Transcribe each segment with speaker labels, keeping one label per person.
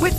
Speaker 1: With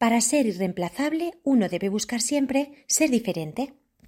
Speaker 2: Para ser irreemplazable, uno debe buscar siempre ser diferente.